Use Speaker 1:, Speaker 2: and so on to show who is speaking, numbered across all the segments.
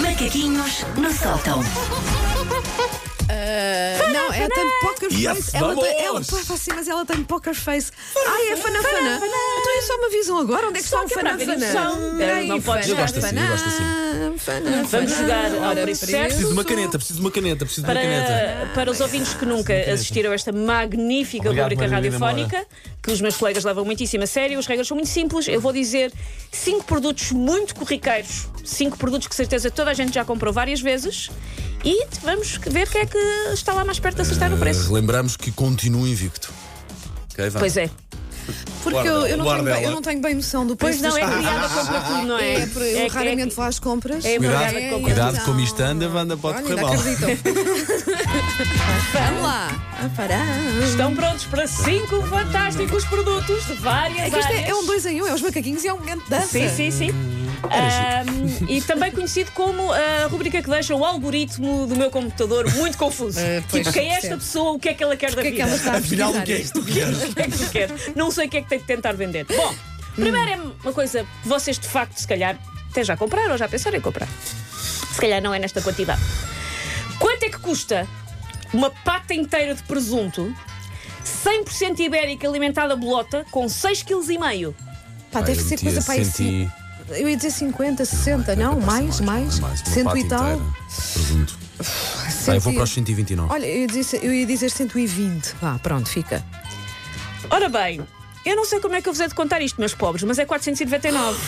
Speaker 1: Macaquinhos no sótão.
Speaker 2: Não, ela É, tem poker
Speaker 3: E é a
Speaker 2: face. Ela tem, ela,
Speaker 3: vamos!
Speaker 2: pá, pá, sim, mas ela tem poker face. Ai, é fanafana. Então é só me avisam agora onde é que
Speaker 4: Só
Speaker 2: está o
Speaker 4: que é para ver
Speaker 2: fanafana.
Speaker 4: isso. Não, não pode
Speaker 3: Eu gosto assim, eu gosto assim.
Speaker 4: Vamos jogar ao preço certo.
Speaker 3: Preciso de uma caneta, preciso de uma caneta, preciso de uma caneta.
Speaker 4: Para, para os ouvintes que nunca assistiram a esta magnífica
Speaker 3: Obrigado,
Speaker 4: rubrica
Speaker 3: Margarida
Speaker 4: radiofónica, que os meus colegas levam muitíssimo a sério, as regras são muito simples. Eu vou dizer cinco produtos muito corriqueiros, cinco produtos que certeza toda a gente já comprou várias vezes, e vamos ver quem é que está lá mais perto de acertar no preço.
Speaker 3: Lembramos que continuo invicto. Ok, vá.
Speaker 4: Pois é.
Speaker 2: Porque eu, eu não tenho
Speaker 3: Guarda
Speaker 2: bem, eu
Speaker 3: ela.
Speaker 2: não tenho bem noção do preço.
Speaker 4: Pois não, é
Speaker 2: das
Speaker 4: criada contra tudo, não é?
Speaker 2: É, por- eu raramente vou às compras.
Speaker 4: é uma-
Speaker 3: Cuidado,
Speaker 4: É, é,
Speaker 3: cuidado
Speaker 2: então.
Speaker 3: como isto anda, Wanda pode
Speaker 2: Olha,
Speaker 3: correr
Speaker 2: ainda
Speaker 3: mal.
Speaker 2: acreditam. Vamos lá. A parar.
Speaker 4: Estão prontos para cinco fantásticos produtos de várias
Speaker 2: É que isto é,
Speaker 4: áreas.
Speaker 2: é um dois em um, é os macaquinhos e é um momento de dança.
Speaker 4: Sim, sim, sim.
Speaker 2: Hum,
Speaker 4: Ahm, e também conhecido como a rubrica que deixa o algoritmo do meu computador muito confuso.
Speaker 2: Eh, pois,
Speaker 4: tipo, quem é esta
Speaker 2: percebo.
Speaker 4: pessoa? O que é que ela quer
Speaker 2: O que
Speaker 4: da
Speaker 2: é que
Speaker 4: vida?
Speaker 2: ela está a
Speaker 3: Afinal,
Speaker 2: pesquisar?
Speaker 3: o que é isto?
Speaker 4: O que é que tu queres? Não sei o que é que tem de tentar vender.
Speaker 2: Hum.
Speaker 4: Bom, primeiro é uma coisa que vocês de facto, se calhar, até já compraram ou já pensaram em comprar. Se calhar não é nesta quantidade. Quanto é que custa uma pata inteira de presunto 100% ibérica alimentada bolota com 6,5 kg?
Speaker 2: Pá, deve ser coisa para aí.
Speaker 3: Senti-
Speaker 2: cin- Eu ia dizer 50, 60, não,
Speaker 3: Deve
Speaker 2: mais,
Speaker 3: ser
Speaker 2: mais,
Speaker 3: uma
Speaker 2: cento
Speaker 3: pata
Speaker 2: e tal.
Speaker 3: inteira, Presunto. Tá, eu vou para os 129.
Speaker 2: Olha, eu ia dizer, eu ia dizer 120. Vá, pronto, fica.
Speaker 4: Ora bem, eu não sei como é que eu vos hei de contar isto, meus pobres, mas é 499.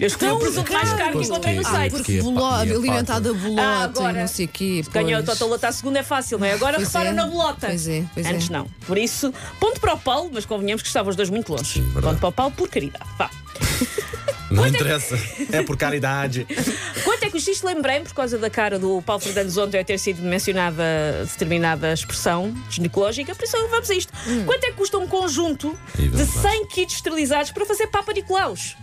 Speaker 4: Eu escolhi o produto mais caro que
Speaker 3: Pois
Speaker 4: encontrei no
Speaker 3: que-
Speaker 4: site.
Speaker 3: porque
Speaker 2: é. Ah, Porque
Speaker 3: a pa-
Speaker 2: bolota,
Speaker 3: e é a
Speaker 2: alimentada a bolota
Speaker 4: Ah,
Speaker 2: e
Speaker 4: agora.
Speaker 2: não sei o quê.
Speaker 4: Ganhou a
Speaker 2: pois.
Speaker 4: Totolota à segunda é fácil, não é? Agora
Speaker 2: Pois
Speaker 4: repara
Speaker 2: é,
Speaker 4: na bolota.
Speaker 2: pois é, pois é.
Speaker 4: Antes não. Por isso, ponto para o Paulo, mas convenhamos que estavam os dois muito longe.
Speaker 3: Sim, verdade.
Speaker 4: ponto para o Paulo, por caridade. Vá.
Speaker 3: Não interessa. É por caridade.
Speaker 4: Quanto é que custa isto? Lembrei-me, por causa da cara do Paulo Fernandes ontem, a ter sido mencionada determinada expressão ginecológica, por isso vamos a isto. Quanto é que custa um conjunto
Speaker 3: Aí
Speaker 4: de
Speaker 3: vamos
Speaker 4: 100 kits esterilizados para fazer Papa Nicolaus?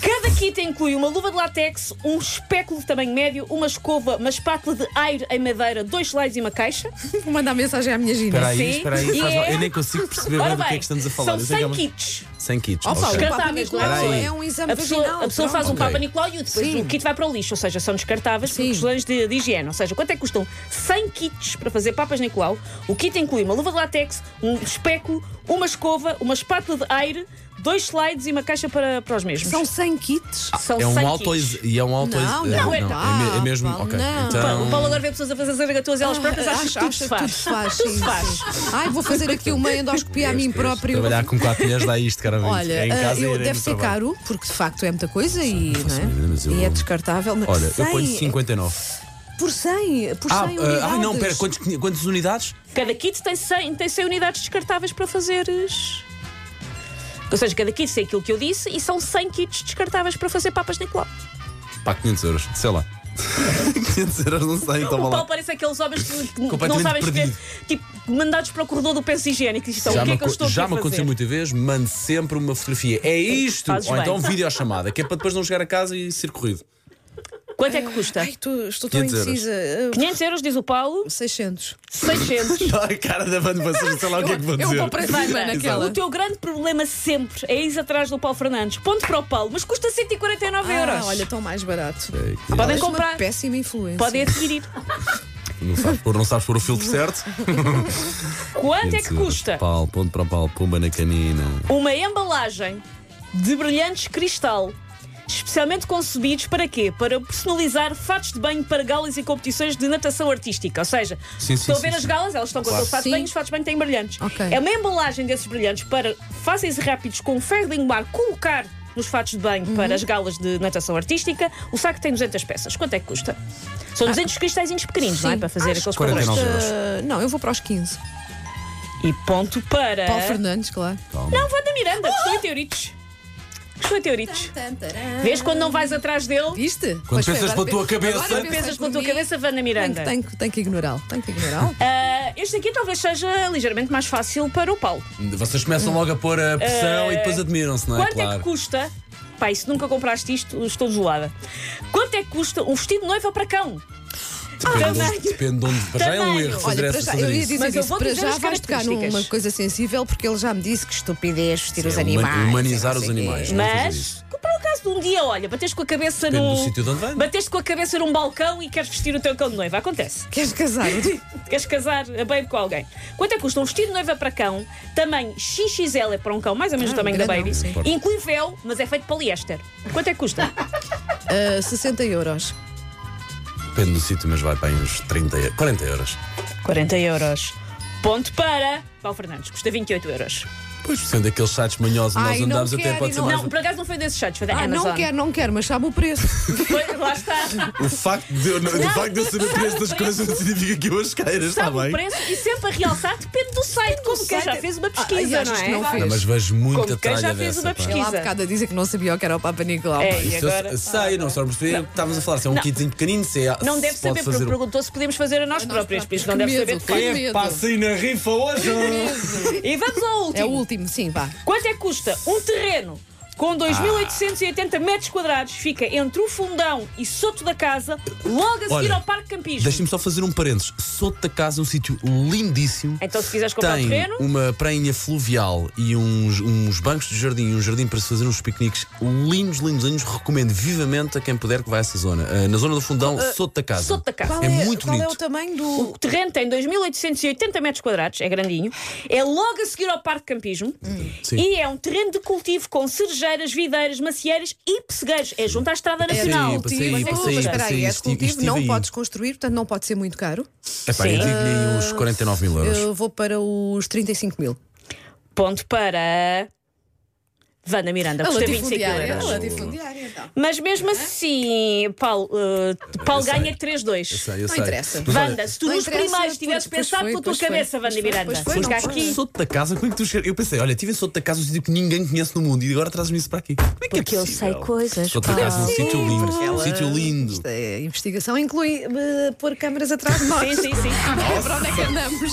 Speaker 4: Cada kit inclui uma luva de látex, um espéculo de tamanho médio, uma escova, uma espátula de aire em madeira, dois slides e uma caixa.
Speaker 2: Vou mandar mensagem à minha
Speaker 3: Espera
Speaker 2: Gina.
Speaker 3: aí,
Speaker 4: Sim.
Speaker 3: espera aí. faz
Speaker 4: E
Speaker 3: mal.
Speaker 4: é-
Speaker 3: Eu nem consigo perceber
Speaker 4: Ora
Speaker 3: bem do que é que estamos a falar. Eu
Speaker 4: São
Speaker 3: sei que é
Speaker 4: 100
Speaker 3: uma-
Speaker 4: kits.
Speaker 3: 100 kits.
Speaker 2: Ó, Paulo, o
Speaker 3: ok.
Speaker 2: Papa
Speaker 4: Descartáveis,
Speaker 2: Nicolau
Speaker 3: não é?
Speaker 2: é um exame
Speaker 4: A pessoa,
Speaker 2: vaginal.
Speaker 4: a pessoa faz um
Speaker 2: pronto.
Speaker 3: Ok.
Speaker 4: Papa Nicolau e depois
Speaker 2: Sim.
Speaker 4: o kit vai para o lixo, ou seja, são descartáveis por
Speaker 2: Sim.
Speaker 4: questões de, de higiene. Ou seja, quanto é que custam 100 kits para fazer Papas Nicolau? O kit inclui uma luva de látex, um espéculo, uma escova, uma espátula de aire, dois slides e uma caixa para, para os mesmos.
Speaker 2: São 100 kits.
Speaker 4: São
Speaker 3: É
Speaker 4: 100
Speaker 3: um auto
Speaker 4: kits.
Speaker 3: e é um auto
Speaker 2: Não, não,
Speaker 3: é,
Speaker 2: é
Speaker 3: me- é mesmo,
Speaker 2: Paulo,
Speaker 3: OK.
Speaker 2: não.
Speaker 4: O Paulo
Speaker 3: Então,
Speaker 4: agora vê pessoas a fazer zargatuas e elas próprias acham que tudo se
Speaker 2: acha Ah, que
Speaker 4: faz.
Speaker 2: faz.
Speaker 4: Tudo se
Speaker 2: sim,
Speaker 4: faz.
Speaker 2: sim. Ai, vou fazer aqui uma endoscopia a mim próprio.
Speaker 3: trabalhar com 4 milhões dá isto, cara.
Speaker 2: Olha,
Speaker 3: é em
Speaker 2: ah,
Speaker 4: eh,
Speaker 3: casa e
Speaker 2: eu-
Speaker 3: irei no
Speaker 2: deve ser
Speaker 3: trabalho.
Speaker 2: caro, porque de facto é muita coisa e,
Speaker 3: não faço
Speaker 2: não é?
Speaker 3: ideia, mas eu-
Speaker 2: e é descartável. Mas
Speaker 3: Olha, eu
Speaker 2: 100,
Speaker 3: ponho 59.
Speaker 2: Por 100, por 100
Speaker 3: Ah,
Speaker 2: unidades.
Speaker 3: ah, não, pera, quantos, quantas unidades?
Speaker 4: Cada kit tem 100, tem 100 unidades descartáveis para fazeres. Ou seja, cada kit tem aquilo que eu disse e são 100 kits descartáveis para fazer papas Nicolau.
Speaker 3: Pá, 500 euros, sei lá. 500 euros, não sei, então
Speaker 4: o
Speaker 3: vá
Speaker 4: Paulo
Speaker 3: lá.
Speaker 4: parece aqueles homens que, que não
Speaker 3: Completamente
Speaker 4: sabem escrever,
Speaker 3: perdido.
Speaker 4: tipo, mandados para o corredor do penso higiênico. Isto, o
Speaker 3: Já
Speaker 4: que
Speaker 3: me,
Speaker 4: é que eu
Speaker 3: acon-
Speaker 4: estou aqui
Speaker 3: já
Speaker 4: a
Speaker 3: me aconteceu
Speaker 4: fazer?
Speaker 3: muita vez, mando sempre uma fotografia. É isto!
Speaker 4: Fazes
Speaker 3: Ou
Speaker 4: bem.
Speaker 3: então videochamada, que é para depois não chegar a casa e ser corrido.
Speaker 4: Quanto é que custa?
Speaker 2: Ai, estou, estou tão
Speaker 3: 500 euros.
Speaker 2: indecisa. Ah,
Speaker 4: 500 euros, diz o Paulo,
Speaker 2: 600.
Speaker 4: 600.
Speaker 3: A cara da banda vocês, sei lá o que é que vou
Speaker 2: eu
Speaker 3: dizer.
Speaker 2: vou para
Speaker 4: Vanda,
Speaker 2: cima naquela.
Speaker 4: o teu grande problema sempre é ir atrás do Paulo Fernandes. Ponto para o Paulo, mas custa 149 euros.
Speaker 2: Ah, olha, tão mais barato.
Speaker 3: É
Speaker 4: Podem
Speaker 2: És uma
Speaker 4: comprar,
Speaker 2: péssima influência.
Speaker 4: podem adquirir.
Speaker 3: é, Não sabes pôr, não sabes pôr o filtro certo?
Speaker 4: Quanto é que custa?
Speaker 3: Paulo, ponto para o Paulo, pumba na canina.
Speaker 4: uma embalagem de brilhantes cristal. Especialmente concebidos para quê? Para personalizar fatos de banho para galas e competições de natação artística. Ou seja,
Speaker 3: Sim, sim,
Speaker 4: estão a
Speaker 3: sim,
Speaker 4: ver as
Speaker 3: sim.
Speaker 4: galas, elas estão com aquele fato de
Speaker 2: Sim.
Speaker 4: banho, os fatos de banho têm brilhantes.
Speaker 2: Ok.
Speaker 4: É uma embalagem desses brilhantes para fáceis e rápidos com ferro de engomar, colocar nos fatos de banho para
Speaker 2: Uhum.
Speaker 4: as galas de natação artística. O saco tem 200 peças. Quanto é que custa? São 200 cristalzinhos pequeninos, não é?
Speaker 2: Ah. Sim.
Speaker 4: Para fazer aqueles padrões.
Speaker 3: 49 euros.
Speaker 2: Ah, não, eu vou para os 15.
Speaker 4: E ponto para.
Speaker 3: É?
Speaker 2: Paulo Fernandes, claro.
Speaker 4: Não, Wanda Miranda, custou 8 euritos. Custou 8 euritos. Vês quando não vais atrás dele?
Speaker 2: Viste?
Speaker 3: Quando pensas pela tua cabeça-
Speaker 4: Quando pensas pela tua cabeça, Wanda Miranda.
Speaker 2: Tem que, tenho que ignorá-lo. Tenho que ignorá-lo.
Speaker 4: Ah, este aqui talvez seja ligeiramente mais fácil para o Paulo.
Speaker 3: Vocês começam logo a pôr a pressão e depois admiram-se, não é?
Speaker 4: Quanto Eh, é que custa? Pai, se nunca compraste isto, estou zoada. Quanto é que custa um vestido de noiva para cão?
Speaker 3: Depende,
Speaker 4: Tamanho.
Speaker 3: depende de onde. Para já é um
Speaker 4: Tamanho.
Speaker 3: erro
Speaker 2: Olha,
Speaker 3: fazer
Speaker 2: para
Speaker 3: essa
Speaker 2: já, eu
Speaker 3: fazer
Speaker 2: ia
Speaker 3: isso.
Speaker 2: dizer
Speaker 4: Mas eu
Speaker 2: isso,
Speaker 4: vou
Speaker 2: para
Speaker 4: dizer
Speaker 2: já
Speaker 4: as
Speaker 2: vais tocar
Speaker 4: características.
Speaker 2: numa coisa sensível porque ele já me disse que estupidez vestir os
Speaker 3: É, huma-
Speaker 2: animais.
Speaker 3: humanizar
Speaker 2: não sei
Speaker 3: os
Speaker 2: o quê.
Speaker 3: animais. Vamos fazer
Speaker 4: Mas,
Speaker 3: isso.
Speaker 4: por acaso, de um dia, olha, bateste com a cabeça
Speaker 3: Depende
Speaker 4: num.
Speaker 3: do sítio de onde vem.
Speaker 4: Bateste com a cabeça num balcão e queres vestir o teu cão de noiva. Acontece.
Speaker 2: Queres casar?
Speaker 4: Queres casar a baby com alguém. Quanto é que custa um vestido de noiva para cão, tamanho XXL é para um cão, mais ou menos
Speaker 2: Ah,
Speaker 4: o tamanho da
Speaker 2: grandão,
Speaker 4: baby,
Speaker 2: sim.
Speaker 4: inclui véu, mas é feito de poliéster. Quanto é que custa?
Speaker 2: Ah, 60 euros.
Speaker 3: Depende do sítio, mas vai para aí uns 30, e- 40 euros.
Speaker 4: 40 euros. Ponto para Paulo Fernandes, custa 28 euros.
Speaker 3: Pois, sendo aqueles sites manhosos onde
Speaker 2: Ai,
Speaker 3: nós
Speaker 2: não
Speaker 3: andámos, até
Speaker 2: quero,
Speaker 3: pode ser
Speaker 2: não.
Speaker 3: mais.
Speaker 4: Não, por acaso não foi desses sites, foi da
Speaker 2: Ah,
Speaker 4: Amazon.
Speaker 2: não quero, não quero, mas sabe o preço.
Speaker 4: Foi- lá está.
Speaker 3: O facto de eu, o facto de eu saber o preço das coisas não significa que eu as queiras, está
Speaker 4: Sabe o
Speaker 3: bem?
Speaker 4: preço e sempre a realçar depende do site, como quem já
Speaker 2: site.
Speaker 4: fez uma
Speaker 2: Ah,
Speaker 4: pesquisa,
Speaker 2: e achas que
Speaker 4: não
Speaker 2: não
Speaker 4: é?
Speaker 2: fez?
Speaker 3: Não, mas vejo muita
Speaker 4: Como quem
Speaker 3: tralha
Speaker 4: já fez
Speaker 3: dessa, pá.
Speaker 4: uma pesquisa.
Speaker 2: Ele há bocado a dizer que não sabia o que era o Papa Nicolau.
Speaker 4: É,
Speaker 3: Isso
Speaker 4: e
Speaker 3: eu
Speaker 4: agora?
Speaker 3: sei, não só percebi. Estávamos a falar, se é um
Speaker 4: Não.
Speaker 3: kitzinho pequenino, se é.
Speaker 4: Não
Speaker 3: se
Speaker 4: deve
Speaker 3: pode
Speaker 4: saber, porque
Speaker 3: fazer um-
Speaker 4: perguntou se podemos fazer a nós, próprios, por isso não
Speaker 2: Que
Speaker 4: deve saber
Speaker 2: medo,
Speaker 4: de
Speaker 2: que
Speaker 4: facto.
Speaker 2: medo.
Speaker 3: Passei na rifa hoje!
Speaker 4: E vamos ao último.
Speaker 3: tipo-
Speaker 2: É o último, sim, vá.
Speaker 4: Quanto é que custa um terreno com 2.880 metros quadrados? Fica entre o fundão e soto da casa, logo a seguir
Speaker 3: Olha,
Speaker 4: ao Parque Campismo.
Speaker 3: Deixem-me só fazer um parênteses. Soto da casa é um sítio lindíssimo.
Speaker 4: Então, se quiseres comprar
Speaker 3: Tem um
Speaker 4: terreno,
Speaker 3: uma prainha fluvial e uns, uns bancos de jardim e um jardim para se fazer uns piqueniques lindos, lindos, lindos. Recomendo vivamente a quem puder que vá a essa zona. Ah, na zona do fundão, Soto da Casa.
Speaker 4: Soto da Casa.
Speaker 2: Qual
Speaker 3: É muito
Speaker 2: qual é o
Speaker 3: bonito.
Speaker 2: tamanho do.
Speaker 4: O terreno tem 2.880 metros quadrados, é grandinho, é logo a seguir ao Parque Campismo
Speaker 3: Hum. Sim.
Speaker 4: e é um terreno de cultivo com cerejeiras, videiras, macieiras e pessegueiros. É junto à Estrada
Speaker 3: tipo, Sim,
Speaker 4: Nacional.
Speaker 3: passei aí,
Speaker 4: Mas é
Speaker 3: passei
Speaker 4: que
Speaker 3: aí,
Speaker 4: custa?
Speaker 2: Espera aí, é de
Speaker 3: estive-
Speaker 2: cultivo,
Speaker 3: estive
Speaker 2: não
Speaker 3: aí.
Speaker 2: podes construir, portanto não pode ser muito caro.
Speaker 3: Epá, eu digo-lhe uns 49 mil euros.
Speaker 2: Eu vou para os 35 mil.
Speaker 4: Ponto para. Vanda Miranda,
Speaker 2: é
Speaker 4: custa 25 euros.
Speaker 2: latifundiária, então.
Speaker 4: Mas mesmo assim, Paulo, eh, Paulo ganha 3-2.
Speaker 3: Sei, Ah, eu
Speaker 2: Não
Speaker 3: sei.
Speaker 2: interessa.
Speaker 3: Mas olha,
Speaker 4: Wanda, se tu
Speaker 2: Não
Speaker 4: nos
Speaker 2: interessa,
Speaker 4: primários tivesses
Speaker 2: pois- pois
Speaker 4: pensado
Speaker 2: foi,
Speaker 4: pela tua
Speaker 2: pois foi,
Speaker 4: cabeça,
Speaker 2: pois foi,
Speaker 4: Wanda Miranda,
Speaker 2: pois foi,
Speaker 4: fica
Speaker 2: não foi.
Speaker 4: aqui.
Speaker 3: Soto da casa, como é que tu chegas? Eu pensei, olha, tive em Soto da casa um sítio que ninguém conhece no mundo e agora trazes-me isso para aqui. Como é que
Speaker 4: Porque
Speaker 3: é
Speaker 4: eu sei
Speaker 3: possível?
Speaker 4: coisas.
Speaker 3: Soto da
Speaker 4: Paulo.
Speaker 3: casa é um sítio lindo. Um sítio lindo.
Speaker 2: Isto é, a investigação inclui eh, pôr câmaras atrás de nós.
Speaker 4: Sim, sim, sim.
Speaker 2: Para onde é que andamos?